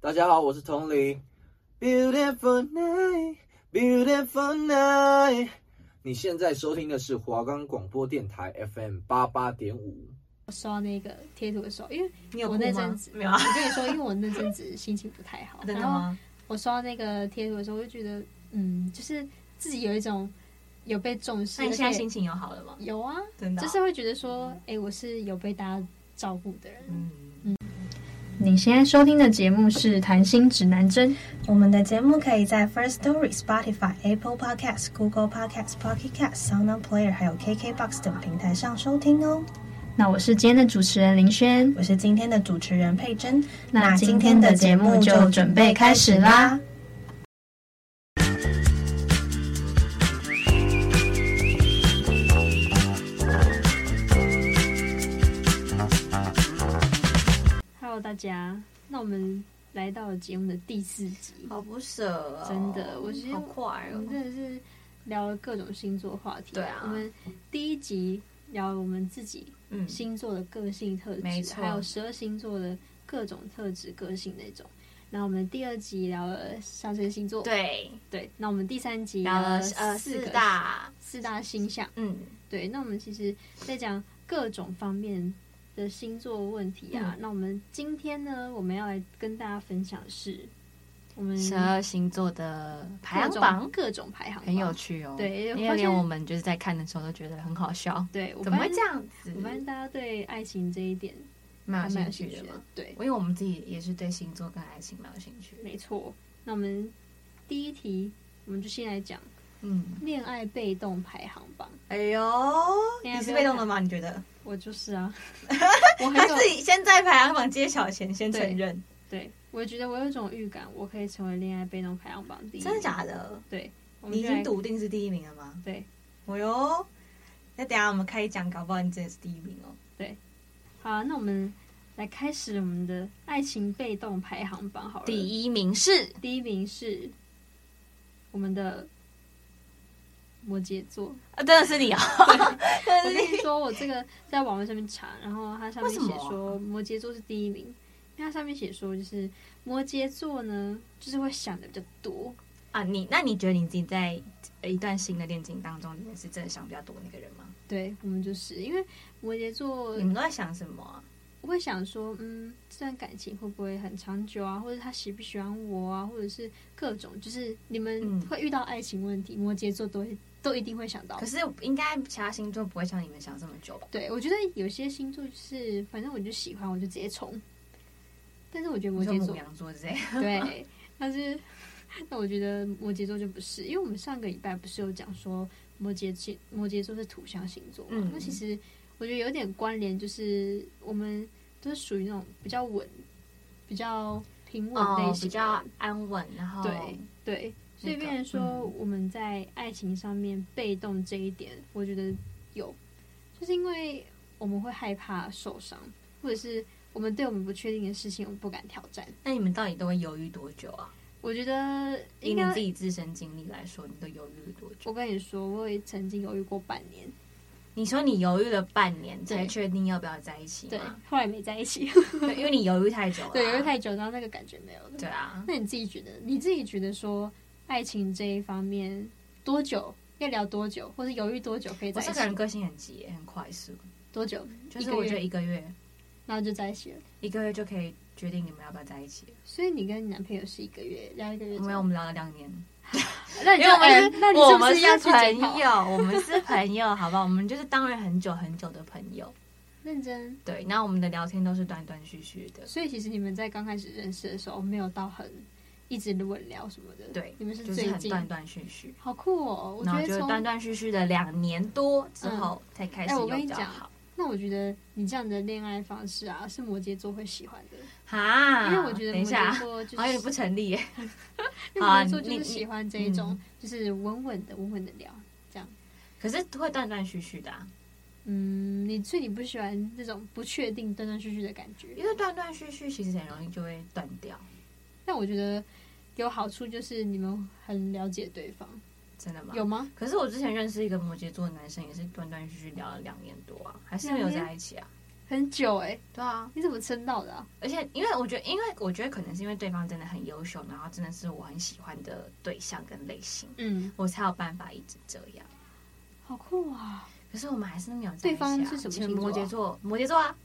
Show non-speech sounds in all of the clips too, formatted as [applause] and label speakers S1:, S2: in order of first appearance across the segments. S1: 大家好，我是童林。Beautiful night, beautiful night。你现在收听的是华冈广播电台 FM 八八点五。
S2: 我刷那个贴图的时候，因为
S3: 你有
S2: 我
S3: 哭
S2: 那阵
S3: 吗
S2: 子？
S3: 没有啊，
S2: 我跟你说，因为我那阵子心情不太好，
S3: [laughs] 真的
S2: 然后
S3: 吗？
S2: 我刷那个贴图的时候，我就觉得，嗯，就是自己有一种有被重视，
S3: 那你现在
S2: 而且
S3: 心情有好了吗？
S2: 有啊，
S3: 真的啊、
S2: 就是会觉得说，哎、我是有被大家照顾的人。
S3: 嗯，
S4: 你现在收听的节目是《谈心指南针》，
S5: 我们的节目可以在 First Story、Spotify、Apple Podcasts、Google Podcasts、Pocket Casts、Sound On Player 还有 KKBox 等平台上收听哦。
S4: 那我是今天的主持人林轩。
S5: 我是今天的主持人佩珍，
S4: 那今天的节目就准备开始啦。
S2: Hello，大家，那我们来到了节目的第四集，
S3: 好不舍、哦，
S2: 真的我觉得
S3: 好快
S2: 我
S3: 哦
S2: 们。真的是聊了各种星座话题。
S3: 对啊
S2: 我们第一集聊了我们自己
S3: 嗯，
S2: 星座的个性特
S3: 没
S2: 质，
S3: 错
S2: 还有十二星座的各种特质、个性那种。那我们第二集聊了上升星座，
S3: 对，
S2: 对。那我们第三集
S3: 聊了
S2: 四
S3: 呃
S2: 四
S3: 四
S2: 个
S3: 大，
S2: 四大星象，
S3: 嗯，
S2: 对。那我们其实在讲各种方面的星座问题啊。
S3: 嗯
S2: 那我们今天呢，我们要来跟大家分享的是我们
S3: 十二星座的排
S2: 各
S3: 行
S2: 种
S3: 榜
S2: 各种排行榜
S3: 很有趣哦。
S2: 对
S3: 因
S2: 发
S3: 为
S2: 现
S3: 连我们就是在看的时候都觉得很好笑，
S2: 对，我
S3: 怎么会
S2: 发现
S3: 这？样子？
S2: 我发现大家对爱情这一点
S3: 蛮
S2: 还
S3: 有
S2: 蛮
S3: 兴
S2: 有
S3: 趣
S2: 兴
S3: 的
S2: 趣
S3: 嘛
S2: 的。，对
S3: 因，为我们自己也是对星座跟爱情蛮有兴趣的。
S2: 没错。那我们第一题，我们就先来讲
S3: 嗯，
S2: 恋爱被动排行榜。
S3: 哎呦，
S2: 你
S3: 你是被动的吗？你觉得？
S2: 我就是
S3: [laughs]
S2: 啊，我很
S3: 他
S2: 有
S3: 自己先在排行榜揭晓前先承认，
S2: 对，我觉得我有一种预感，我可以成为恋爱被动排行榜第一。
S3: 真的？假的？
S2: 对，我们
S3: 你已
S2: 就来
S3: 经笃定是第一名了吗？
S2: 对。
S3: 我哟，那等一下我们开讲，搞不好你真的是第一名哦。
S2: 好啊，那我们来开始我们的爱情被动排行榜好了。一，
S3: 第一名是
S2: 第一名是我们的摩羯座。
S3: 啊，真的是你哦， [laughs]
S2: 我
S3: 真的
S2: 跟
S3: 是
S2: 你
S3: 你
S2: 说，我这个在网络上面查，然后它上面
S3: 为什
S2: 写
S3: 么啊
S2: 说摩羯座是第一名，因为它上面写说就是摩羯座呢，就是会想的比较多，
S3: 啊！你那你觉得你自己在呃一段新的恋情当中，你们是真的想比较多那个人吗？
S2: 对我们就是因为摩羯座
S3: 你们都在想什么啊？
S2: 我会想说，嗯，这段感情会不会很长久啊？或者他喜不喜欢我啊？或者是各种，就是你们
S3: 嗯
S2: 会遇到爱情问题，摩羯座都会都一定会想到
S3: 可。是应该其他星座不会像你们想这么久吧？
S2: 对，我觉得有些星座就是，反正我就喜欢，我就直接冲。但是我觉得摩
S3: 我
S2: 羯
S3: 母
S2: 座，
S3: 羊座之类， [laughs]
S2: 对，但是那我觉得摩羯座就不是，因为我们上个礼拜不是有讲说摩羯座摩羯座是土象星座嘛？
S3: 嗯
S2: 那其实我觉得有点关联，就是我们都是属于那种比较稳、比较平稳
S3: [laughs]
S2: 类
S3: 哦比
S2: 型的人、
S3: 较安稳，然后
S2: 对对，所以
S3: 那个
S2: 变成说
S3: 嗯
S2: 我们在爱情上面被动这一点，我觉得有，就是因为我们会害怕受伤，或者是我们对我们不确定的事情，我们不敢挑战。
S3: 那你们到底都会犹豫多久啊？
S2: 我觉得应
S3: 以你
S2: 该
S3: 自己自身经历来说，你都犹豫了多久？
S2: 我跟你说，我也曾经犹豫过半年，
S3: 你说你犹豫了半年才
S2: 对
S3: 确定要不要在一起
S2: 对
S3: 吗？，
S2: 后来没在一
S3: [laughs]
S2: 起，
S3: 对，因为你犹豫太久了啊。
S2: 对，犹豫太久，然后那个感觉没有了。
S3: 对啊，
S2: 那你自己觉得，你自己觉得说爱情这一方面多久要聊多久，或者犹豫多久可以
S3: 我
S2: 在一
S3: 这个人
S2: 起？
S3: 个性很急，很快速，
S2: 多久？
S3: 就是我觉得
S2: 一个月
S3: 一个月，
S2: 然后就在一起了。
S3: 一个月就可以决定你们要不要在一起。
S2: 所以你跟你男朋友是一个月聊一个月左右，
S3: 没有，我们聊了两年，
S2: [laughs] 那你就哎那你
S3: 我
S2: 是不
S3: 们
S2: 要去检
S3: 朋
S2: 讨？
S3: 友，我们是朋友，好不好？我们就是当了很久很久的朋友。
S2: 认真。
S3: 对，那我们的聊天都是断断续续的，
S2: 所以其实你们在刚开始认识的时候，没有到很一直稳聊什么的。
S3: 对
S2: 你们是
S3: 就是
S2: 最
S3: 很
S2: 近。
S3: 断断续续。
S2: 好酷哦！我
S3: 然后
S2: 觉
S3: 就
S2: 得从
S3: 断断续续的两年多之后才开始
S2: 哎我
S3: 有
S2: 跟你
S3: 比较
S2: 讲
S3: 好。
S2: 那我觉得你这样的恋爱方式啊，是摩羯座会喜欢的，
S3: 哈，
S2: 因为我觉得
S3: 啊
S2: 摩
S3: 等一下
S2: 羯，座就是
S3: 好像有点不成立耶。
S2: 因为摩
S3: 好啊
S2: 羯座就
S3: 你
S2: 是
S3: 你
S2: 喜欢这一种
S3: 嗯，
S2: 就是稳稳的、稳稳的聊这样。
S3: 可是会断断续续的、啊，
S2: 嗯，你所以你不喜欢这种不确定、断断续续的感觉
S3: 因。为断断续续其实很容易就会断掉。
S2: 但我觉得有好处就是你们很了解对方，
S3: 真的吗？
S2: 有。吗？
S3: 可是我之前认识一个摩羯座的男生，也是断断续续聊了两年多啊，还是没有在一起啊。
S2: 很久哎、
S3: 对啊，
S2: 你怎么撑到的啊？
S3: 而且因为我觉得，因为我觉得可能是因为对方真的很优秀，然后真的是我很喜欢的对象跟类型，
S2: 嗯，
S3: 我才有办法一直这样。
S2: 好酷啊！
S3: 可是我们还是没有在一起啊。
S2: 对方是什么星座啊
S3: 请摩羯座，摩羯座啊，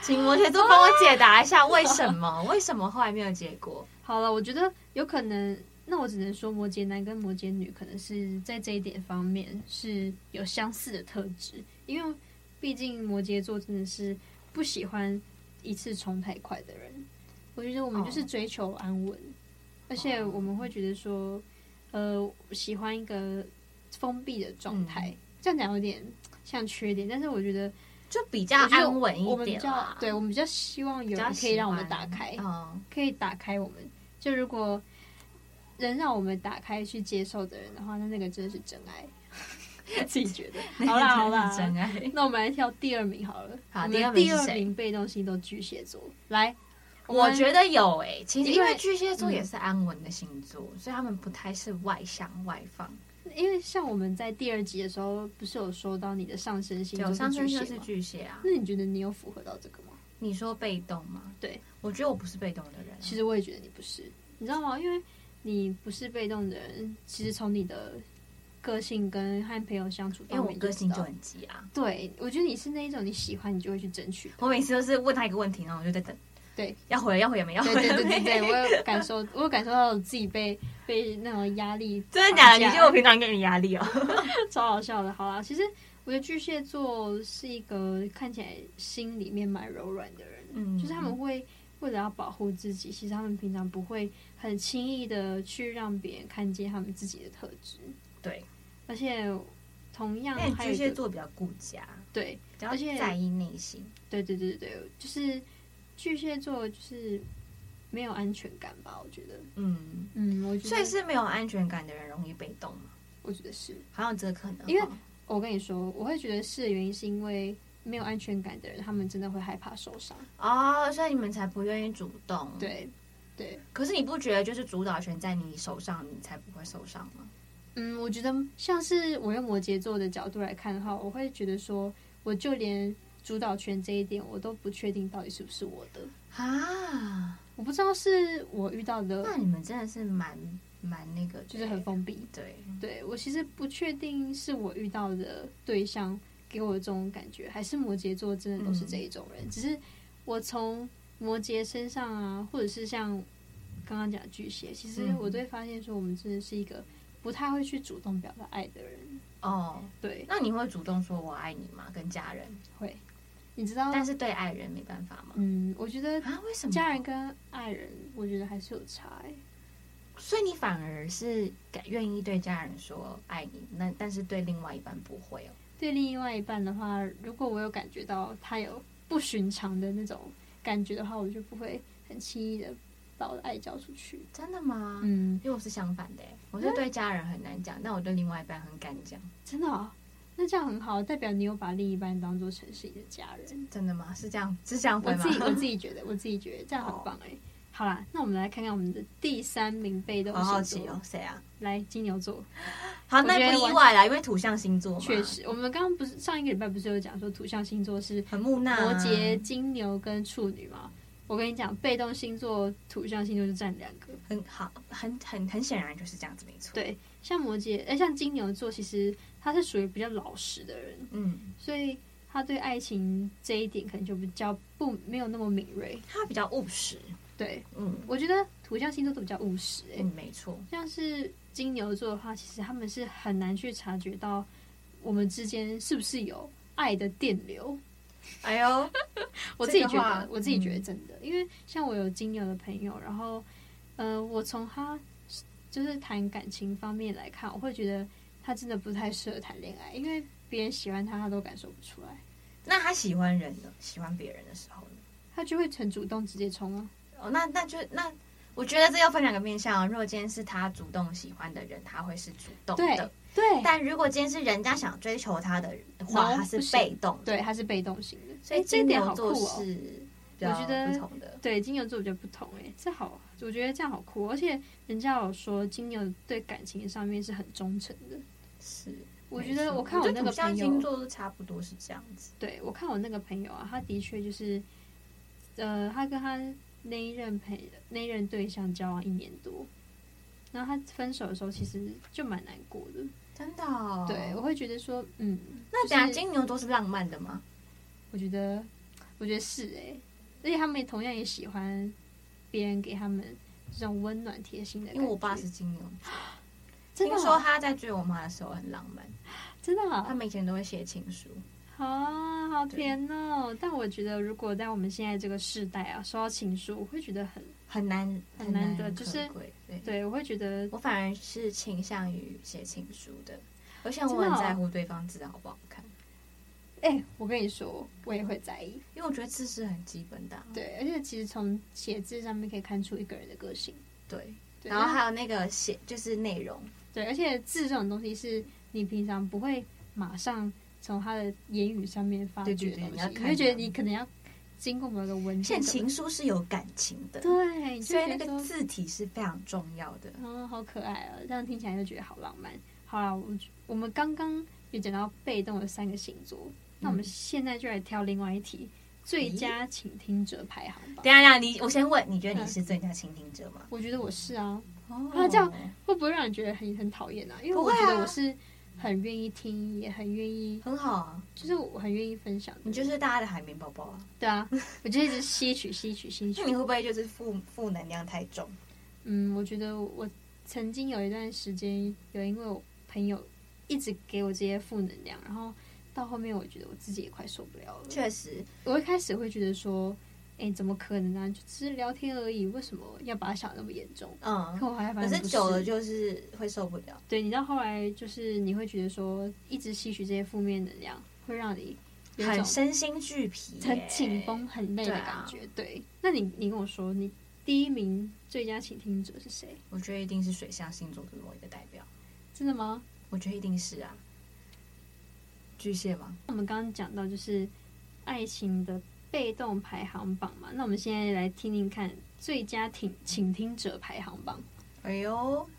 S3: 请
S2: [laughs]
S3: 摩羯座帮我解答一下为什么？为什么后来没有结果？
S2: 好了，我觉得有可能，那我只能说摩羯男跟摩羯女可能是在这一点方面是有相似的特质，因为毕竟摩羯座真的是不喜欢一次冲太快的人。我觉得我们
S3: 哦
S2: 就是追求安稳，而且我们会觉得说，呃，喜欢一个封闭的状态。这样讲有点像缺点，但是我觉得
S3: 就嗯比较
S2: 我觉得
S3: 安稳
S2: 我
S3: 一
S2: 们比
S3: 点
S2: 较
S3: 啦。
S2: 对我们比较希望有人可以让我们打开，
S3: 嗯，
S2: 可以打开我们。就如果能让我们打开去接受的人的话，那那个真的是真
S3: [laughs]
S2: 爱。自己觉得。 [laughs] 好啦好啦，
S3: 真哎
S2: [laughs]
S3: 爱。
S2: 那我们来挑第二名好了。
S3: 好
S2: 我们
S3: 第二名
S2: 第
S3: 是
S2: 二
S3: 谁
S2: 名被动星座巨蟹座，来，
S3: 我
S2: 得
S3: 觉得有诶、其实
S2: 因
S3: 因
S2: 为嗯
S3: 为巨蟹座也是安稳的星座，所以他们不太是外向外放。
S2: 因为像我们在第二集的时候，不是有说到你的上升星座
S3: 有上
S2: 是
S3: 升
S2: 巨蟹
S3: 就是
S2: 吗？
S3: 巨蟹
S2: [laughs]
S3: 嗯啊。
S2: 那你觉得你有符合到这个吗？
S3: 你说被动吗？
S2: 对，
S3: 我觉得我不是被动的人啊、
S2: 其实我也觉得你不是，你知道吗？因为你不是被动的人，其实从你的个性跟和朋友相处
S3: 因为
S2: 方
S3: 我
S2: 面
S3: 个
S2: 知
S3: 性就
S2: 道
S3: 很急啊。
S2: 对，我觉得你是那一种你喜欢你就会去争
S3: [laughs]
S2: 取的。
S3: 我每次都是问他一个问题，然后我就在等。
S2: 对，
S3: 要回了，要回了没？要回
S2: 对
S3: 了没？
S2: 对对对对，我有感受，我有感受到我自己被被那种压力绑架，
S3: [laughs] 真的假的？你觉得我平常给你压力哦？
S2: [laughs] 超好笑的。好啦，其实我觉得巨蟹座是一个看起来心里面蛮柔软的人，
S3: 嗯
S2: 就是他们会为了要保护自己，其实他们平常不会很轻易的去让别人看见他们自己的特质，
S3: 对，
S2: 而且同样
S3: 因为
S2: 还有
S3: 巨
S2: 一
S3: 蟹
S2: 个
S3: 座比较顾家，
S2: 对
S3: 比较
S2: 而且
S3: 在意内心。
S2: 对对对对，对就是巨蟹座就是没有安全感吧，我觉得，
S3: 嗯，
S2: 嗯，我觉得
S3: 所以是没有安全感的人容易被动嘛？
S2: 我觉得是。
S3: 好像有这个可能哦，
S2: 因为我跟你说，我会觉得是的原因是因为没有安全感的人，他们真的会害怕受伤。
S3: 哦，所以你们才不愿意主动。，
S2: 对，对，
S3: 可是你不觉得就是主导权在你手上，你才不会受伤吗？
S2: 嗯，我觉得像是我用摩羯座的角度来看的话，我会觉得说，我就连主导权这一点，我都不确定到底是不是我的，
S3: 啊，
S2: 我不知道是我遇到的
S3: 那，你们真的是蛮蛮那个的，
S2: 就是很封闭。
S3: 对。
S2: 对我其实不确定是我遇到的对象给我的这种感觉，还是摩羯座真的都是这一种人。
S3: 嗯
S2: 只是我从摩羯身上啊，或者是像刚刚讲的巨蟹，其实
S3: 嗯
S2: 我都会发现说，我们真的是一个不太会去主动表达爱的人。
S3: 哦，
S2: 对，
S3: 那你会主动说我爱你吗？跟家人，
S2: 会，你知道？
S3: 但是对爱人没办法吗？
S2: 嗯，我觉得
S3: 啊，为什么？
S2: 家人跟爱人，我觉得还是有差、欸。
S3: 所以你反而是敢愿意对家人说爱你，那但是对另外一半不会哦。
S2: 对另外一半的话，如果我有感觉到他有不寻常的那种感觉的话，我就不会很轻易的把我的爱交出去。
S3: 真的吗？
S2: 嗯，
S3: 因为我是相反的欸，我是对家人很难讲，但我对另外一半很敢讲。
S2: 真的、哦，那这样很好，代表你有把另一半当做成是你的家人。
S3: 真的吗？是这样，是这样
S2: 我
S3: 啊分吗
S2: 自？己我
S3: [laughs]
S2: 自己觉得，我自己觉得这样很棒哎、好啦，那我们来看看我们的第三名被动
S3: 好好
S2: 星
S3: 奇
S2: 座，
S3: 哦，谁啊？
S2: 来金牛座。
S3: 好，
S2: 我觉
S3: 那
S2: 得
S3: 不意外啦，因为土象星座嘛，
S2: 确实，我们刚刚不是上一个礼拜不是有讲说土象星座是
S3: 很木讷啊。
S2: 摩羯、金牛跟处女嘛？我跟你讲，被动星座、土象星座就占两个。
S3: 很好，很很很显然就是这样子，没错。，
S2: 对，像摩羯，哎、像金牛座，其实他是属于比较老实的人，
S3: 嗯，
S2: 所以他对爱情这一点可能就比较不没有那么敏锐。
S3: 他比较务实，
S2: 对
S3: 嗯
S2: 我觉得土象星座都比较务实、诶，
S3: 嗯，没错，
S2: 像是金牛座的话，其实他们是很难去察觉到我们之间是不是有爱的电流。
S3: 哎呦， [laughs]
S2: 我自己觉
S3: 这个话
S2: 得，我自己觉得
S3: 嗯
S2: 真的，因为像我有金牛的朋友，然后，呃，我从他就是谈感情方面来看，我会觉得他真的不太适合谈恋爱，因为别人喜欢他，他都感受不出来，
S3: 那他喜欢人的，喜欢别人的时候呢？
S2: 他就会很主动直接冲啊。
S3: 哦，那那就那，我觉得这要分两个面向、哦。如果今天是他主动喜欢的人，他会是主动
S2: 对
S3: 的；
S2: 对
S3: 但如果今天是人家想追求他的话，
S2: No，
S3: 他是
S2: 不行
S3: 被动的。
S2: 对，他是被动型的，
S3: 所以
S2: 诶这一
S3: 金
S2: 点
S3: 牛
S2: 好酷
S3: 座
S2: 哦
S3: 是。比
S2: 我
S3: 较
S2: 觉得
S3: 不同的。
S2: 对金牛座比较不同诶、这好，啊我觉得这样好哦酷，而且人家有说金牛对感情上面是很忠诚的，
S3: 是
S2: 我觉得我看
S3: 我
S2: 我那个
S3: 土象
S2: 朋
S3: 星
S2: 友，
S3: 座都差不多是这样子。
S2: 对我看我那个朋友啊，他的确就是，呃，他跟他那一任朋那一任对象交往一年多，然后他分手的时候其实就蛮难过的。
S3: 真的、哦？
S2: 对，我会觉得说，嗯，
S3: 那
S2: 就是
S3: 等下金牛座是浪漫的吗？
S2: 我觉得，我觉得是诶、而且他们也同样也喜欢别人给他们这种温暖贴心的感觉。
S3: 因为我爸是金牛，
S2: 哎真
S3: 听
S2: 的啊
S3: 说他在追我妈的时候很浪漫，
S2: 真的
S3: 他
S2: 啊
S3: 们以前都会写情书。
S2: 啊，好甜哦！但我觉得，如果在我们现在这个世代啊，收到情书，我会觉得很
S3: 很难
S2: 很难得
S3: 可
S2: 就是
S3: 贵对
S2: 对，我会觉得
S3: 我反而是倾向于写情书的，而且
S2: 真
S3: 我
S2: 的
S3: 很
S2: 哦
S3: 在乎对方字好不好看，
S2: 哎、我跟你说，我也会在意。
S3: 因为我觉得字是很基本的啊、
S2: 对，而且其实从写字上面可以看出一个人的个性。
S3: 对。
S2: 对
S3: 然后还有那个写就是内容，
S2: 对，而且字这种东西是你平常不会马上从他的言语上面发
S3: 对
S2: 掘
S3: 对
S2: 的东
S3: 对
S2: 西，
S3: 你要
S2: 你
S3: 看
S2: 会觉得
S3: 它
S2: 你可能要经过某个文
S3: 现
S2: 件，
S3: 在情书是有感情的，
S2: 对，你就
S3: 所以
S2: 觉
S3: 那
S2: 得
S3: 个
S2: 说，
S3: 字体是非常重要的。
S2: 嗯，好可爱啊，这样听起来就觉得好浪漫。好啦，我觉我们刚刚有讲到被动的三个星座，那我
S3: 嗯
S2: 们现在就来挑另外一题最
S3: 咦
S2: 佳倾听者排行吧。
S3: 等一下，等一下，你我先问，你觉得你是最佳倾听者吗？
S2: 我觉得我是啊，
S3: 哦
S2: 啊这样会不会让人觉得很很讨厌啊？因为
S3: 不
S2: 我
S3: 会
S2: 觉
S3: 啊
S2: 得我是很愿意听，也很愿意，
S3: 很好啊，
S2: 就是我很愿意分享的
S3: 你就是大家的海绵宝宝啊。
S2: [laughs] 对啊，我就一直吸取、吸取、吸取
S3: 那。你会不会就是负负能量太重？
S2: 嗯，我觉得我曾经有一段时间有因为我朋友一直给我这些负能量，然后到后面我觉得我自己也快受不了了。
S3: 确实，
S2: 我一开始会觉得说，哎、怎么可能呢、就只是聊天而已，为什么要把它想得那么严重？
S3: 嗯
S2: 可，我还发
S3: 可
S2: 现
S3: 是
S2: 不是
S3: 久了就是会受不了。
S2: 对，你到后来就是你会觉得说，一直吸取这些负面能量，会让你有一
S3: 很
S2: 种
S3: 身心俱疲，
S2: 很紧。绷、很累的感觉。
S3: 啊
S2: 对，那你你跟我说，你第一名最佳倾听者是谁？
S3: 我觉得一定是水象星座的某一个代表，
S2: 真的吗？
S3: 我觉得一定是啊，巨蟹吗？
S2: 我们刚刚讲到就是爱情的被动排行榜嘛，那我们现在来听听看最佳听倾听者排行榜。
S3: 哎呦，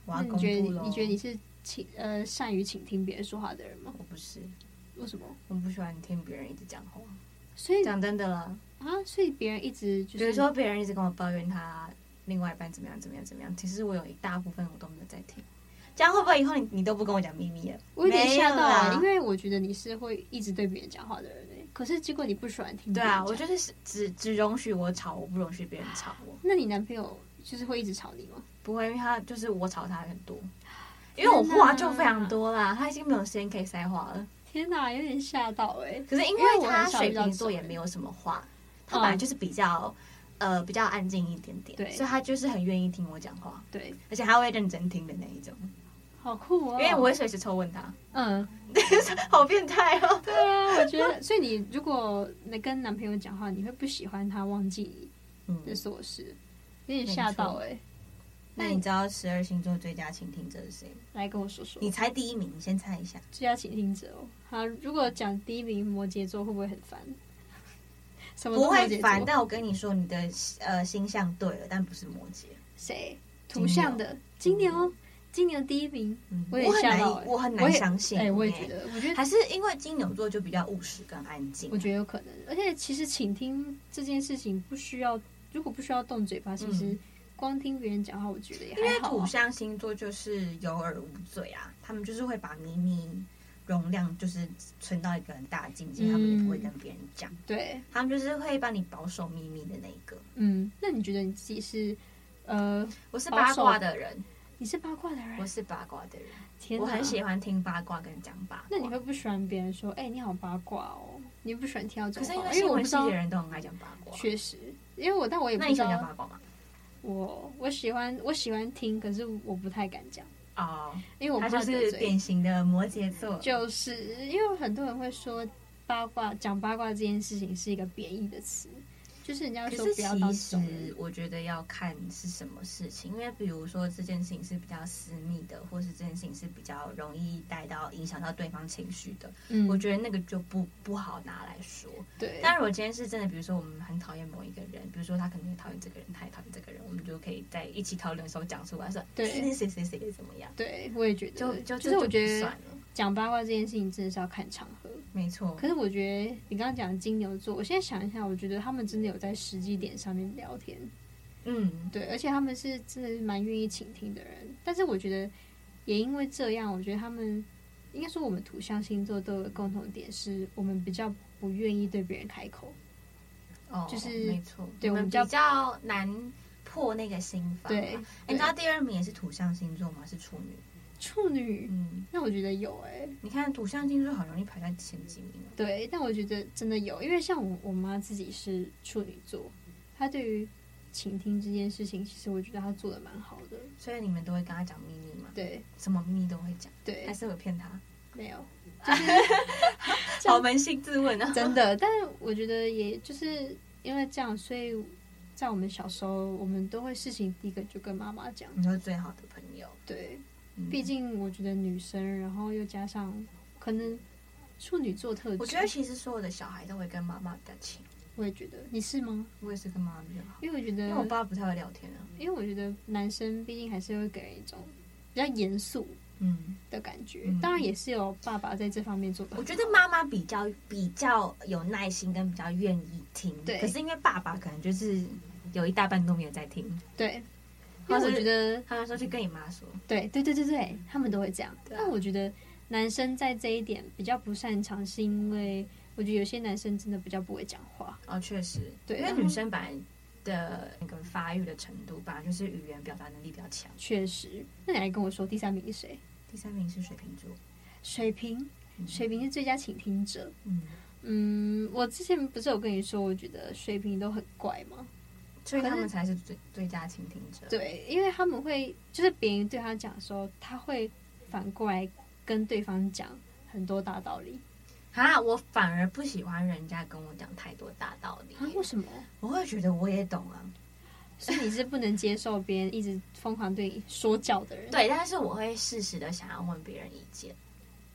S3: 我
S2: 那
S3: 要
S2: 你
S3: 公
S2: 觉得
S3: 布
S2: 你
S3: 了。
S2: 你觉得你是倾呃善于倾听别人说话的人吗？
S3: 我不是，
S2: 为什么？
S3: 我不喜欢听别人一直讲话。
S2: 所以
S3: 讲真的啦，
S2: 啊，所以别人一直就是
S3: 比如说别人一直跟我抱怨他另外一半怎么样怎么样怎么样，其实我有一大部分我都没有在听。这样会不会以后你你都不跟我讲秘密了？
S2: 我有点吓到
S3: 没有啦
S2: 啊，因为我觉得你是会一直对别人讲话的人欸、可是结果你不喜欢听别
S3: 对
S2: 人
S3: 啊，
S2: 讲
S3: 我就是只只容许我吵，我不容许别人吵我。
S2: 那你男朋友就是会一直吵你吗？
S3: 不会，因为他就是我吵他很多，因为我话就非常多啦，他已经没有时间可以塞话了。
S2: 天哪，有点吓到哎、
S3: 可欸是因
S2: 因为我
S3: 他
S2: 很少
S3: 水
S2: 遇到
S3: 瓶座
S2: 这种
S3: 也
S2: 人
S3: 没有什么话，他本来就是比较、呃比较安静一点点，
S2: 对
S3: 所以他就是很愿意听我讲话，
S2: 对，
S3: 而且他会认真听的那一种。
S2: 好酷哦！
S3: 因为我会随时抽问他， [laughs]
S2: 嗯，
S3: 好变态哦。
S2: 对啊，我觉得，所以你如果能跟男朋友讲话，你会不喜欢他忘记
S3: 嗯
S2: 你的琐事，有点吓到哎、欸。
S3: 那你知道十二星座最佳倾听者是谁？
S2: 来跟我说说，
S3: 你猜第一名，你先猜一下。
S2: 最佳倾听者哦。好，如果讲第一名摩羯座，会不会很烦？什么都
S3: 不
S2: 摩羯
S3: 会
S2: 座
S3: 烦，但我跟你说，你的呃星象对了，但不是摩羯。
S2: 谁？土象的金牛，金牛第一名，
S3: 嗯
S2: 我有
S3: 我
S2: 点
S3: 很
S2: 吓到、
S3: 难
S2: 欸，
S3: 我很难
S2: 也
S3: 相信
S2: 哎、我也
S3: 欸
S2: 觉得，我觉得
S3: 还是因为金牛座就比较务实跟安静。
S2: 我觉得有可能，而且其实倾听这件事情不需要，如果不需要动嘴巴，其实
S3: 嗯
S2: 光听别人讲话，我觉得也
S3: 因为
S2: 还好、
S3: 土
S2: 啊。
S3: 象星座就是有耳无嘴啊，他们就是会把秘密容量就是存到一个很大的境界，
S2: 嗯
S3: 他们也不会跟别人讲，
S2: 对，
S3: 他们就是会帮你保守秘密的那一个。
S2: 嗯，那你觉得你自己是呃，
S3: 我是
S2: 保
S3: 八
S2: 守
S3: 卦的人，
S2: 你是八卦的
S3: 我
S2: 人？
S3: 是八卦的人，
S2: 天
S3: 我很喜
S2: 欢。
S3: 欢听八卦跟讲八卦。
S2: 那你会不喜欢别人说，哎、你好八卦哦？你不喜欢听到这
S3: 可是
S2: 种
S3: 因
S2: 话吗？啊我
S3: 为新
S2: 不
S3: 闻
S2: 知
S3: 系的
S2: 道，
S3: 人都很爱讲八卦，
S2: 确实，因为我但我也不
S3: 那你
S2: 知
S3: 喜欢讲
S2: 道，啊
S3: 八卦吗？
S2: 我我喜欢我喜欢听，可是我不太敢讲，
S3: 哦，
S2: 因为我
S3: 他
S2: 怕
S3: 就
S2: 得
S3: 是
S2: 罪
S3: 典型的摩羯座，
S2: 就是因为很多人会说八卦，讲八卦这件事情是一个贬义的词，就是人家
S3: 可
S2: 说
S3: 是
S2: 不要当
S3: 其
S2: 这种
S3: 实
S2: 人。
S3: 我觉得要看是什么事情，因为比如说这件事情是比较私密的，或是这件事情是比较容易带到影响到对方情绪的，
S2: 嗯
S3: 我觉得那个就不不好拿来说。
S2: 对，
S3: 但如果今天是真的，比如说我们很讨厌某一个人，比如说他可能也讨厌这个人，他也讨厌这个人，我们就可以在一起讨论的时候讲出来说，
S2: 对
S3: 哎那谁谁谁怎么样，
S2: 对，我也觉得，
S3: 就就
S2: 就是我
S3: 这就
S2: 觉
S3: 不
S2: 得
S3: 算了。
S2: 讲八卦这件事情真的是要看场合。
S3: 没错，
S2: 可是我觉得你刚刚讲的金牛座，我现在想一下，我觉得他们真的有在时机点上面聊天，
S3: 嗯，
S2: 对，而且他们是真的是蛮愿意倾听的人。但是我觉得也因为这样，我觉得他们应该说我们土象星座都有个共同点，是我们比较不愿意对别人开口。
S3: 哦，
S2: 就是
S3: 没错，
S2: 对我
S3: 我们
S2: 们
S3: 比
S2: 叫
S3: 较难破那个心防。
S2: 对
S3: 哎，你知道第二名也是土象星座吗？是处女。
S2: 处女，
S3: 嗯，
S2: 那我觉得有哎、
S3: 你看土象星座好容易排在前几名哦。
S2: 对，但我觉得真的有，因为像我我妈自己是处女座，她对于倾听这件事情，其实我觉得她做的蛮好的。
S3: 所以你们都会跟他讲秘密吗？，
S2: 对
S3: 什么秘密都会讲，
S2: 对
S3: 还，是有骗他？
S2: 没有，这样
S3: 好扪心自问
S2: [laughs]
S3: 啊！
S2: 真的，但我觉得也就是因为这样，所以在我们小时候，我们都会事情第一个就跟妈妈讲。
S3: 你说最好的朋友，
S2: 对，
S3: 嗯
S2: 毕竟我觉得女生，然后又加上可能处女座特质，
S3: 我觉得其实所有的小孩都会跟妈妈比较亲，
S2: 我也觉得你是吗？
S3: 我也是跟妈妈比较好，
S2: 因为我觉得，
S3: 因为我爸不太会聊天啊。
S2: 因为我觉得男生毕竟还是会给人一种比较严肃
S3: 嗯，
S2: 的感觉。
S3: 嗯
S2: 当然也是有爸爸在这方面做的，
S3: 我觉得妈妈比较比较有耐心跟比较愿意听，
S2: 对
S3: 可是因为爸爸可能就是有一大半都没有在听，
S2: 对，因为我觉得
S3: 他们说去跟你妈说，
S2: 对对对对对，他们都会这样。
S3: 对啊
S2: 但我觉得男生在这一点比较不擅长，是因为我觉得有些男生真的比较不会讲话。
S3: 哦，确实，
S2: 对
S3: 因为
S2: 然后
S3: 女生本来的那个发育的程度，本来就是语言表达能力比较强。
S2: 确实，那你来跟我说第三名是谁？
S3: 第三名是水瓶座，
S2: 水瓶，
S3: 嗯
S2: 水，瓶是最佳倾听者。
S3: 嗯，
S2: 嗯，我之前不是有跟你说，我觉得水瓶都很怪吗？
S3: 所以他
S2: 可
S3: 们
S2: 是
S3: 才是最最佳倾听者。，
S2: 对，因为他们会就是别人对他讲的时候，他会反过来跟对方讲很多大道理。
S3: 啊，我反而不喜欢人家跟我讲太多大道理，
S2: 啊，为什么？
S3: 我会觉得我也懂啊。
S2: 所以你是不能接受别人一直疯狂对你说教的人。
S3: 对，但是我会适时的想要问别人意见。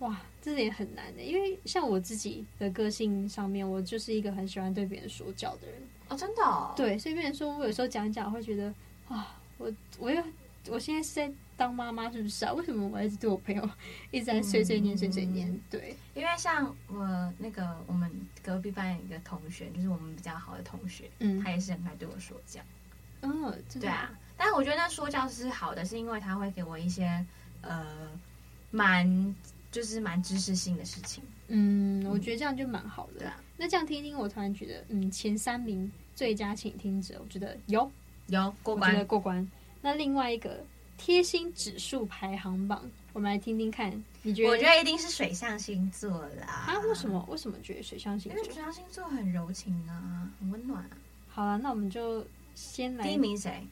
S2: 哇，这点很难的，欸因为像我自己的个性上面，我就是一个很喜欢对别人说教的人。
S3: 哦，真的、哦？，
S2: 对，所以别人说我有时候讲一讲，会觉得啊，我我又我现在是在当妈妈，是不是啊？为什么我一直对我朋友 [laughs] 一直在碎碎念、碎碎
S3: 嗯
S2: 念？对，
S3: 因为像我那个我们隔壁班有一个同学，就是我们比较好的同学，
S2: 嗯
S3: 他也是很爱对我说教。
S2: 嗯，真
S3: 对
S2: 的
S3: 啊，，但我觉得那说教是好的，是因为他会给我一些呃蛮就是蛮知识性的事情。
S2: 嗯，我觉得这样就蛮好
S3: 对
S2: 的。
S3: 啊，
S2: 那这样听听，我突然觉得，嗯，前三名最佳倾听者，我觉得有
S3: 有过
S2: 我觉得
S3: 关。
S2: 过关。那另外一个贴心指数排行榜，我们来听听看，你觉得？
S3: 我觉得一定是水象星座啦。
S2: 啊，为什？么为什么觉得水象星
S3: 因为水
S2: 座？
S3: 象星座很柔情啊，很温暖啊。
S2: 好了，那我们就先来
S3: 第一，名谁？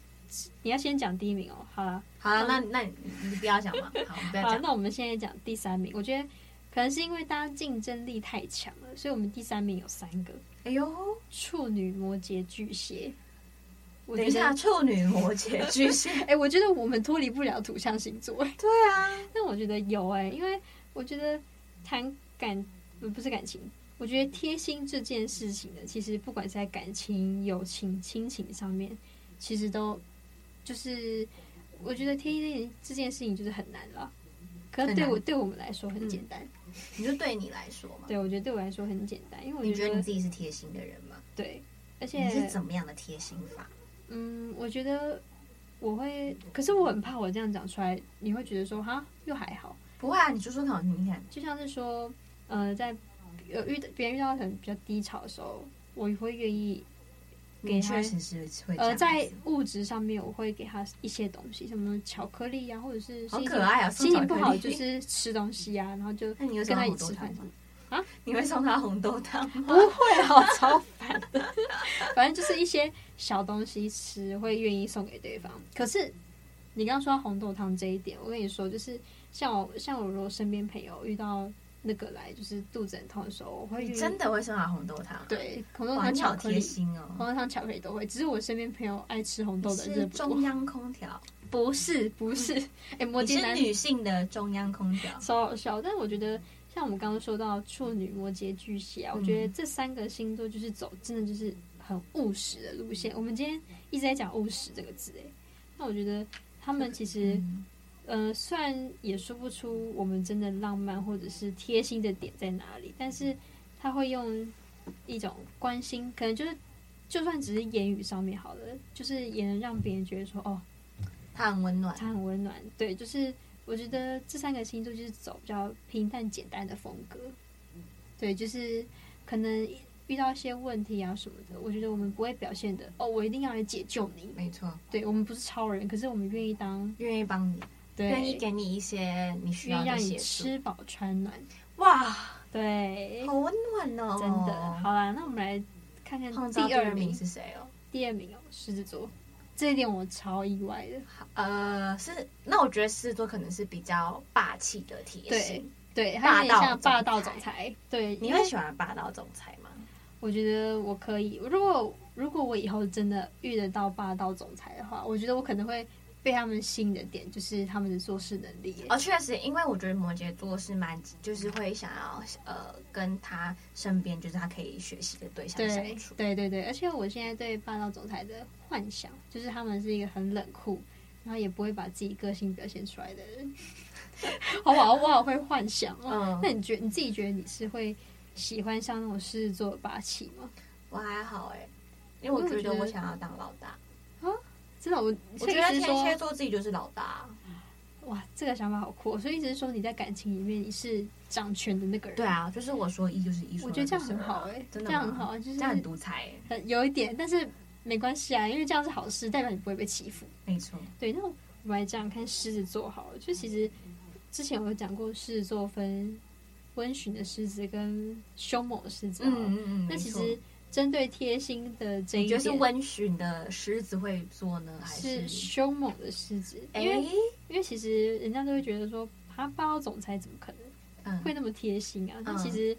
S2: 你要先讲第一名哦。好了，
S3: 好了，那那你你不要讲嘛，好，不要
S2: [laughs] 好，
S3: 讲。
S2: 那我们现在讲第三名。我觉得可能是因为大家竞争力太强了，所以我们第三名有三个：
S3: 哎呦，
S2: 处女、摩羯、巨蟹。我
S3: 等
S2: 觉
S3: 一下，
S2: 得，
S3: 处女、摩羯、巨蟹。
S2: [laughs] 哎、我觉得我们脱离不了土象星座。
S3: 对啊，
S2: [laughs] 但我觉得有哎、因为我觉得谈感呃不是感情，我觉得贴心这件事情呢，其实不管是在感情、友情、亲情上面，其实都就是我觉得贴心这件事情就是很难了。可是对我
S3: 很嗯
S2: 对我们来说很简单，
S3: 你就对你来说嘛，
S2: 对我觉得对我来说很简单，因为
S3: 你
S2: 我觉
S3: 觉得
S2: 得
S3: 你自己是贴心的人吗？
S2: 对，而且
S3: 你是怎么样的贴心法？
S2: 嗯，我觉得我会，可是我很怕我这样讲出来，你会觉得说哈又还好。
S3: 不会啊，你说说看，我听听看。
S2: 就像是说，呃，在呃遇到别人遇到很比较低潮的时候，我会愿意给
S3: 你
S2: 他
S3: 确实是会这
S2: 呃
S3: 样子
S2: 在物质上面我会给他一些东西，什么巧克力呀、或者是
S3: 好
S2: 心
S3: 可
S2: 情
S3: 爱啊，送
S2: 心情不
S3: 巧克力 [laughs]
S2: 好就。是吃东西呀、然后就
S3: 那你会
S2: 跟
S3: 送
S2: 他
S3: 他
S2: 一
S3: 红
S2: 起
S3: 豆
S2: 吃饭
S3: 汤吗？
S2: 啊，
S3: 你会送他红豆
S2: [laughs]
S3: 汤吗？
S2: 不会好超烦的， [laughs] 反正就是一些小东西吃会愿意送给对方。可是你刚刚说到红豆汤这一点，我跟你说，就是像我像我如果身边朋友遇到那个来就是肚子很痛的时候，我会愿
S3: 你
S2: 意
S3: 真的会送他红豆汤？，
S2: 对，红豆
S3: 哇，
S2: 汤
S3: 你好
S2: 巧克力
S3: 贴，心哦。
S2: 红豆汤巧克力都会。只是我身边朋友爱吃红豆
S3: 你
S2: 的人真
S3: 是
S2: 的不 [laughs]
S3: 中
S2: 多，
S3: 央空调，
S2: 不是不是，哎、摩
S3: 你
S2: 羯
S3: 是
S2: 男
S3: 女性的中央空调。
S2: 超好笑。但我觉得像我们刚刚说到处女、摩羯、巨蟹啊，我觉得这三个星座就是走真的就是很务实的欸路线。我们今天一直在讲务实这个字，哎，那我觉得他们其实
S3: 嗯
S2: 呃，虽然也说不出我们真的浪漫或者是贴心的点在哪里，但是他会用一种关心，可能就是就算只是言语上面好了，就是也能让别人觉得说，哦，
S3: 他很温暖，
S2: 他很温暖。对，就是我觉得这三个星座就是走比较平淡简单的风格。对，就是可能遇到一些问题啊什么的，我觉得我们不会表现的哦，我一定要来解救你。
S3: 没错，
S2: 对我们不是超人，可是我们愿意当，
S3: 愿意帮你，
S2: 对，
S3: 愿意给你一些你需
S2: 愿
S3: 要
S2: 意让
S3: 的
S2: 你
S3: 协助。
S2: 吃饱穿暖。
S3: 哇，
S2: 对，
S3: 好温暖哦！
S2: 真的。好啦，那我们来看看
S3: 碰到
S2: 第
S3: 第
S2: 二
S3: 二
S2: 名
S3: 名，是谁哦？
S2: 第二名哦，狮子座。这一点我超意外的，
S3: 呃，是那我觉得狮子座可能是比较霸气的贴心。
S2: 对，他有点
S3: 霸道
S2: 像霸道
S3: 总
S2: 总
S3: 裁
S2: 裁。对，
S3: 你
S2: 因
S3: 会
S2: 为
S3: 喜欢霸道总裁吗？
S2: 我觉得我可以，如果如果我以后真的遇得到霸道总裁的话，我觉得我可能会被他们吸引的点就是他们的做事能力。
S3: 哦，确实，因为我觉得摩羯座是蛮，就是会想要呃跟他身边就是他可以学习的对象
S2: 对
S3: 相处。
S2: 对对对，而且我现在对霸道总裁的幻想就是他们是一个很冷酷，然后也不会把自己个性表现出来的人。 [laughs] 好吧，我好会幻想哦。
S3: 嗯
S2: 那你觉你自己觉得你是会喜欢像那种狮子座的霸气吗？
S3: 我还好哎、因为我
S2: 因为我
S3: 觉
S2: 觉
S3: 得
S2: 得
S3: 我想要当老大。
S2: 真的，我
S3: 我
S2: 所以
S3: 觉得
S2: 是
S3: 天
S2: 说
S3: 蝎座自己就是老大。啊
S2: 哇，这个想法好酷哦、所以意思是说你在感情里面你是掌权的那个人。
S3: 对，啊，就是我说一就是一，说
S2: 我觉得这
S3: 二就
S2: 样
S3: 是
S2: 很
S3: 二
S2: 好哎、
S3: 真的
S2: 这样
S3: 吗
S2: 很好啊，就是
S3: 这样很独裁哎、
S2: 很有一点，但是没关系啊，因为这样是好事，代表你不会被欺负。
S3: 没错，
S2: 对，那我们来讲看狮子座好了，就其实之前我有讲过，狮子座分温驯的狮子跟凶猛的狮子。
S3: 嗯
S2: 嗯，
S3: 嗯嗯，
S2: 那
S3: 没
S2: 其
S3: 错
S2: 实针对贴心的这
S3: 你
S2: 一点
S3: 觉得是温驯的狮子会做呢，还
S2: 是凶猛的狮子，
S3: 哎
S2: 因为因为其实人家都会觉得说，他霸道总裁怎么可能？
S3: 嗯
S2: 会那么贴心啊。但
S3: 嗯
S2: 其实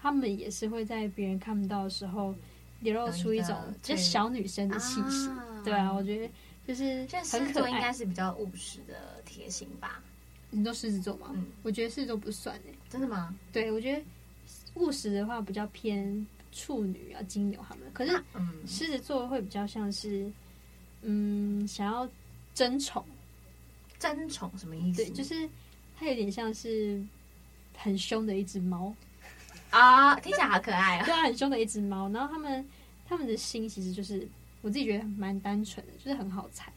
S2: 他们也是会在别人看不到的时候，流露出一种
S3: 有一个
S2: 就是小女生的气息。
S3: 啊
S2: 对啊，我觉得就是
S3: 这狮
S2: 很
S3: 子
S2: 可
S3: 座应
S2: 爱
S3: 该。是比较务实的贴心吧？
S2: 你都狮子座吗？
S3: 嗯
S2: 我觉得狮子座不算哎、
S3: 真的吗？
S2: 对，我觉得务实的话比较偏处女啊、金牛他们。可是
S3: 嗯，
S2: 狮子座会比较像是，嗯，想要争宠，
S3: 争宠什么意思？
S2: 对，就是它有点像是很凶的一只猫。
S3: 啊，听起来好可
S2: [laughs]
S3: 爱啊！
S2: 对啊，很凶的一只猫。然后他们他们的心其实就是我自己觉得蛮单纯的，就是很好猜。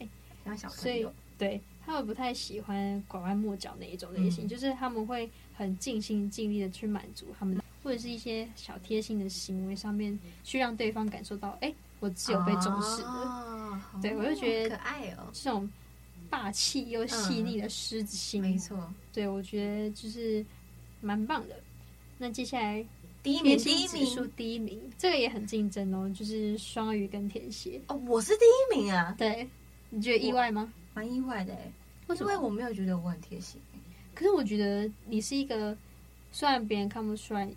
S3: 像小
S2: 所
S3: 朋
S2: 以
S3: 友，
S2: 对他们不太喜欢拐弯抹角那一种类型，
S3: 嗯
S2: 就是他们会很尽心尽力的去满足他们，或者是一些小贴心的行为上面去让对方感受到，哎、我是有被重视的。
S3: 哦
S2: 对我就觉得
S3: 好可爱哦，
S2: 这种霸气又细腻的狮子心，
S3: 嗯没错。
S2: 对我觉得就是蛮棒的。那接下来
S3: 第一
S2: 贴
S3: 名，第
S2: 心
S3: 一
S2: 指数
S3: 名
S2: 第一名，这个也很竞争哦，就是双鱼跟天蝎。
S3: 哦，我是第一名啊，
S2: 对，你觉得意外吗？
S3: 蛮意外的哎，
S2: 为什
S3: 因
S2: 么
S3: 为？我没有觉得我很贴心欸。
S2: 可是我觉得你是一个，虽然别人看不出来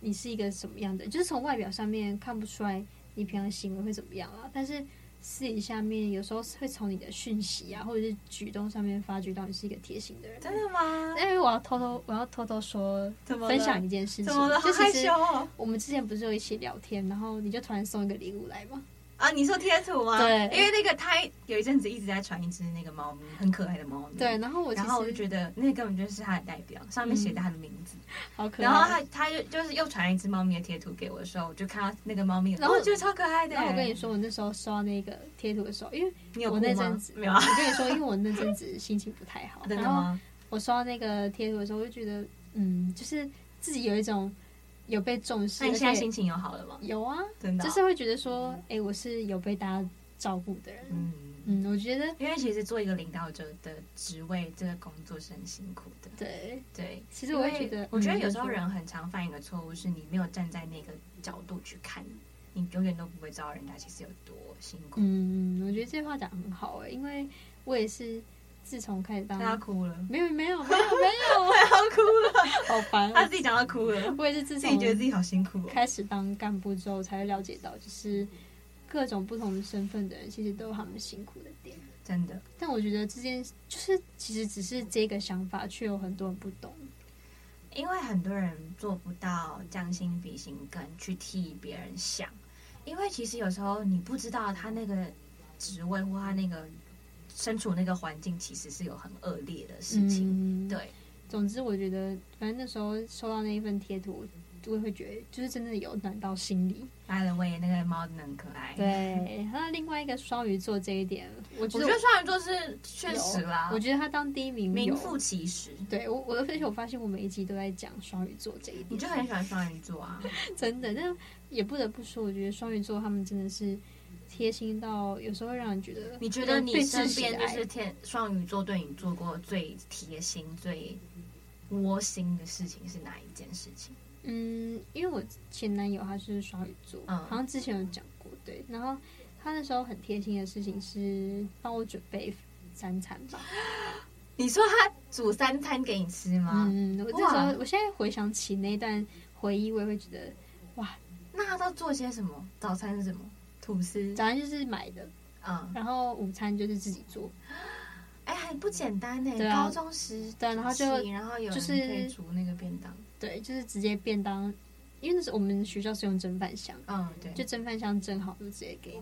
S2: 你是一个什么样的人，就是从外表上面看不出来你平常行为会怎么样啊，但是私底下面有时候会从你的讯息啊，或者是举动上面发觉到你是一个贴心的人。
S3: 真的吗？
S2: 因为我要偷偷，我要偷偷说，
S3: 怎么了
S2: 分享一件事情
S3: 怎么了？，好
S2: 就
S3: 害
S2: 其实
S3: 羞哦！
S2: 我们之前不是有一起聊天，然后你就突然送一个礼物来吗？
S3: 啊，你说贴图吗？
S2: 对
S3: 因为那个他有一阵子一直在传一只那个猫咪，很可爱的猫咪。
S2: 对，，然后我其
S3: 嗯然
S2: 实
S3: 后我就觉得那根本就是他的代表，上面写的他的名字。
S2: 好嗯可爱，
S3: 然后他他就就是又传一只猫咪的贴图给我的时候，我就看到那个猫咪，
S2: 然后
S3: 哦我觉得超可爱的。欸
S2: 然后我跟你，说，我那时候收到那个贴图的时候，
S3: [laughs]
S2: 因为
S3: 你有哭
S2: 我那
S3: 吗
S2: 阵子？
S3: 没有啊，，
S2: 我跟你说，因为我那阵子心情不太好
S3: 啊真的
S2: 然后
S3: 吗？
S2: 我收到那个贴图的时候，我就觉得，嗯，就是自己有一种有被重视，
S3: 那你现在
S2: 而且
S3: 心情有好了吗？
S2: 有啊，
S3: 真的哦，
S2: 就是会觉得说，哎、我是有被大家照顾的人。
S3: 嗯。
S2: 嗯，我觉得
S3: 因为其实做一个领导者的职位，这个工作是很辛苦的。
S2: 对，
S3: 对，
S2: 其实我也
S3: 因为
S2: 觉得
S3: 我觉得
S2: 嗯
S3: 有时候人很常犯一个错误，是你没有站在那个角度去看，你永远都不会知道人家其实有多辛苦。
S2: 嗯，我觉得这话讲得很好哎、因为我也是自从开始当
S3: 大，家哭了，
S2: [laughs] 没有没有没有 [laughs] 没
S3: 他哭了，
S2: 有，好烦、
S3: [laughs] 他
S2: 哦
S3: 自己讲到哭了，
S2: 我也是自
S3: 自
S2: 从
S3: 己觉得自己好辛苦哦。
S2: 开始当干部之后，才会了解到，就是各种不同身份的人，其实都有他们辛苦的点。
S3: 真的，
S2: 但我觉得这件就是其实只是这个想法，却有很多人不懂。
S3: 因为很多人做不到将心比心，跟去替别人想，因为其实有时候你不知道他那个职位或他那个身处那个环境其实是有很恶劣的事情。
S2: 嗯，
S3: 对，
S2: 总之我觉得，反正那时候收到那一份贴图，我会觉得就是真的有暖到心里。
S3: 艾伦威那个猫真的很可爱。，
S2: 对，那另外一个双鱼座这一点，我觉
S3: 我
S2: 得
S3: 觉得双鱼座是确实啦，
S2: 我觉得他当第一名有
S3: 名副其实。
S2: 对我，我而且我发现我每一集都在讲双鱼座这一点，
S3: 你就很喜欢双鱼座啊，
S2: 真的。但也不得不说，我觉得双鱼座他们真的是贴心到有时候会让人觉得
S3: 你觉得你
S2: 对
S3: 身
S2: 自己的
S3: 边就是
S2: 爱
S3: 天双鱼座对你做过最贴心、最窝心的事情是哪一件事情？
S2: 嗯，因为我前男友他是双鱼座，
S3: 嗯
S2: 好像之前有讲过，对。然后他那时候很贴心的事情是帮我准备三餐吧。
S3: 你说他煮三餐给你吃吗？
S2: 嗯，我那时
S3: 啊哇
S2: 候我现在回想起那段回忆，我也会觉得
S3: 那他都做些什么？早餐是什么？吐司。
S2: 早上就是买的，
S3: 嗯，
S2: 然后午餐就是自己做，
S3: 哎、很不简单呢、
S2: 对啊
S3: 高中时
S2: 对啊然后就
S3: 期然后有人
S2: 就是
S3: 可以煮那个便当。
S2: 对，就是直接便当，因为那时候我们学校是用蒸饭箱，
S3: 嗯，对，
S2: 就
S3: 就
S2: 蒸饭箱蒸好就直接给你。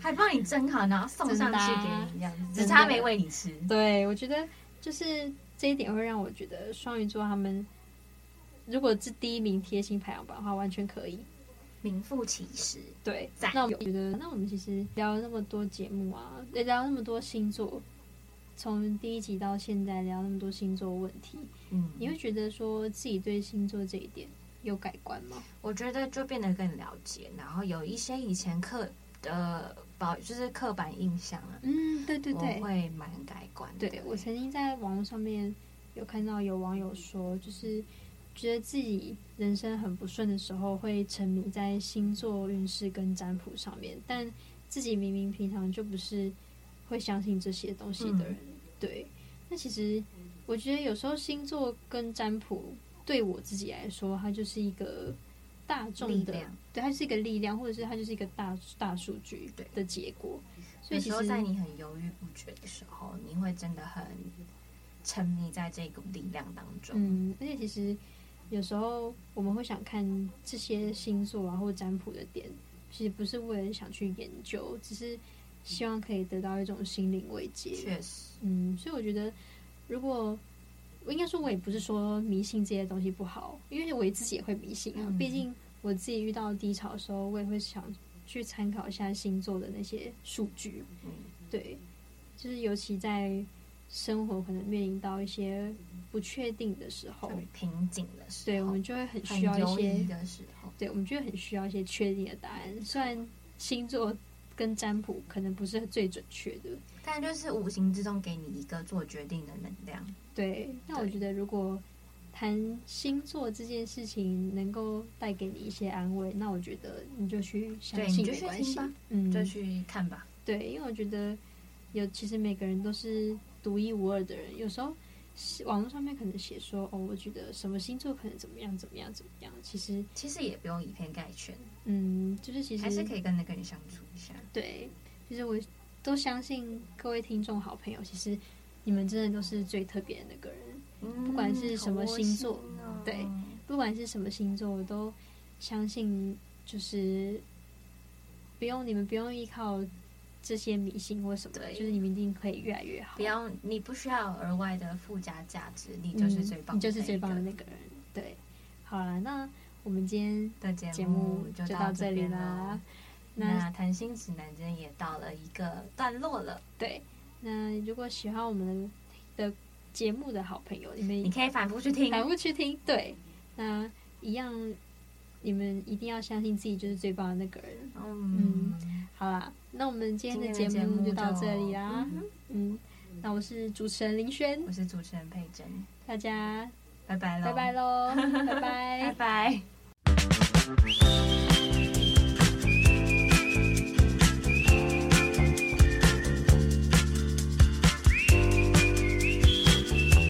S3: 还帮你蒸好，然后送上去给
S2: 真的啊
S3: 你这样子，
S2: 真的
S3: 只差没喂你吃。
S2: 对，我觉得就是这一点会让我觉得双鱼座他们。如果是第一名贴心排行榜的话，完全可以。
S3: 名副其实。
S2: 对
S3: 赞，
S2: 那我觉得，那我们其实聊了那么多节目啊，也聊了那么多星座，从第一集到现在聊那么多星座问题，
S3: 嗯，
S2: 你会觉得说自己对星座这一点有改观吗？
S3: 我觉得就变得更了解，然后有一些以前刻呃保就是刻板印象啊，
S2: 嗯，对对对
S3: 我，会蛮改观的。
S2: 对我曾经在网络上面有看到有网友说，就是觉得自己人生很不顺的时候，会沉迷在星座运势跟占卜上面，但自己明明平常就不是会相信这些东西的人。
S3: 嗯
S2: 对，那其实我觉得有时候星座跟占卜对我自己来说，它就是一个大众
S3: 力
S2: 的
S3: 量，
S2: 对，它是一个力量，或者是它就是一个大大数据
S3: 对
S2: 的结果。所
S3: 有
S2: 以其
S3: 时
S2: 实
S3: 候在你很犹豫不决的时候，你会真的很沉迷在这股力量当中。
S2: 嗯，而且其实有时候我们会想看这些星座啊或占卜的点，其实不是为了想去研究，只是希望可以得到一种心灵慰藉。
S3: 确实，
S2: 嗯，所以我觉得，如果我应该说，我也不是说迷信这些东西不好，因为我自己也会迷信啊。
S3: 嗯
S2: 毕竟我自己遇到低潮的时候，我也会想去参考一下星座的那些数据。
S3: 嗯
S2: 对，就是尤其在生活可能面临到一些不确定的时候
S3: 就，瓶颈的时候，
S2: 对我们就会很
S3: 很
S2: 需要一
S3: 犹
S2: 些
S3: 豫，的时候，
S2: 对我们就会很需要一些确定的答案。虽然星座跟占卜可能不是最准确的，
S3: 但就是无形之中给你一个做决定的能量。
S2: 对。那我
S3: 对
S2: 觉得如果谈星座这件事情能够带给你一些安慰，那我觉得你就去相
S3: 对，你
S2: 信
S3: 就
S2: 没
S3: 去
S2: 关
S3: 听
S2: 系
S3: 吧，，
S2: 嗯，
S3: 就去看吧。
S2: 对，因为我觉得有，其实每个人都是独一无二的人。有时候是网络上面可能写说，哦，我觉得什么星座可能怎么样怎么样怎么样。其实，
S3: 其实也不用以偏概全，
S2: 嗯，就是其实
S3: 还是可以跟那个人相处一下。
S2: 对，就是我都相信各位听众好朋友，其实你们真的都是最特别的那个人。
S3: 不
S2: 管是什么星座
S3: 嗯啊
S2: 对不管是什么星座，我都相信，就是不用你们不用依靠这些迷信或什么的，
S3: 对
S2: 就是你们一定可以越来越好。
S3: 不要你不需要额外的附加价值，你就是最棒
S2: 嗯
S3: 的那一个、
S2: 你就是最棒的那个人。对，好了，那我们今
S3: 的节
S2: 天节
S3: 目
S2: 目
S3: 就
S2: 就
S3: 到
S2: 到这里
S3: 边
S2: 啦
S3: 咯。。
S2: 那
S3: 那谈心指南针也到了一个段落了，
S2: 对，那如果喜欢我们的的节目的好朋友，你
S3: 你
S2: 们
S3: 可以反复去听。
S2: 嗯
S3: 啊
S2: 反复去听。对，那一样，你们一定要相信自己就是最棒的那个人。
S3: 嗯，
S2: 好啦，那我们今
S3: 今
S2: 天
S3: 天
S2: 的
S3: 的节
S2: 节目
S3: 就
S2: 就到这里啦。
S3: 嗯哼
S2: 嗯，那我是主持人林轩
S3: 我，是主持人佩珍，
S2: 大家
S3: 拜拜喽， [laughs]
S2: 拜拜喽，拜拜
S3: 拜。拜。